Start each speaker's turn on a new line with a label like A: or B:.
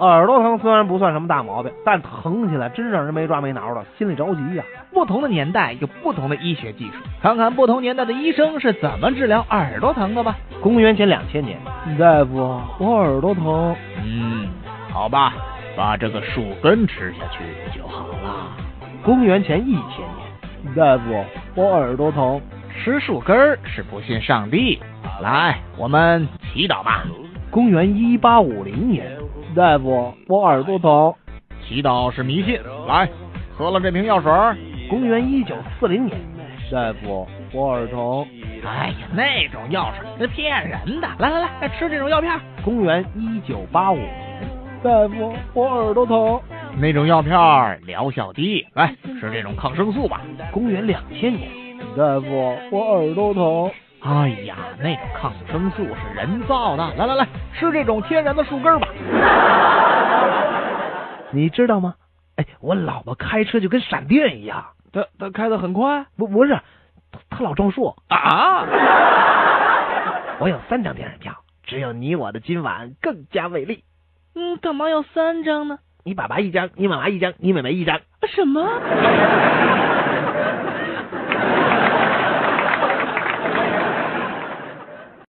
A: 耳朵疼虽然不算什么大毛病，但疼起来真让人没抓没挠的，心里着急呀、
B: 不同的年代有不同的医学技术，看看不同年代的医生是怎么治疗耳朵疼的吧。
A: 公元前两千年，大夫，我耳朵疼。
C: 嗯，好吧，把这个树根吃下去就好了。
A: 公元前一千年，大夫，我耳朵疼。
C: 吃树根儿是不信上帝。来，我们祈祷吧。
A: 公元一八五零年，大夫，我耳朵疼。
C: 祈祷是迷信。来，喝了这瓶药水儿。
A: 公元一九四零年，大夫，我耳疼。
B: 哎呀，那种药水那骗人的！来来来，来吃这种药片儿。
A: 公元一九八五年，大夫，我耳朵疼。
C: 那种药片儿疗效低，来吃这种抗生素吧。
A: 公元两千年，大夫，我耳朵疼。
C: 哎呀，那种抗生素是人造的。来来来，吃这种天然的树 根儿吧。
A: 你知道吗？哎，我老婆开车就跟闪电一样，
B: 他他开的很快
A: 不不是，她她老撞树。
B: 啊！
A: 我有三张电影票，只有你我的今晚更加美丽。
B: 嗯，干嘛要三张呢？
A: 你爸爸一张，你妈妈一张，你妹妹一张。
B: 什么？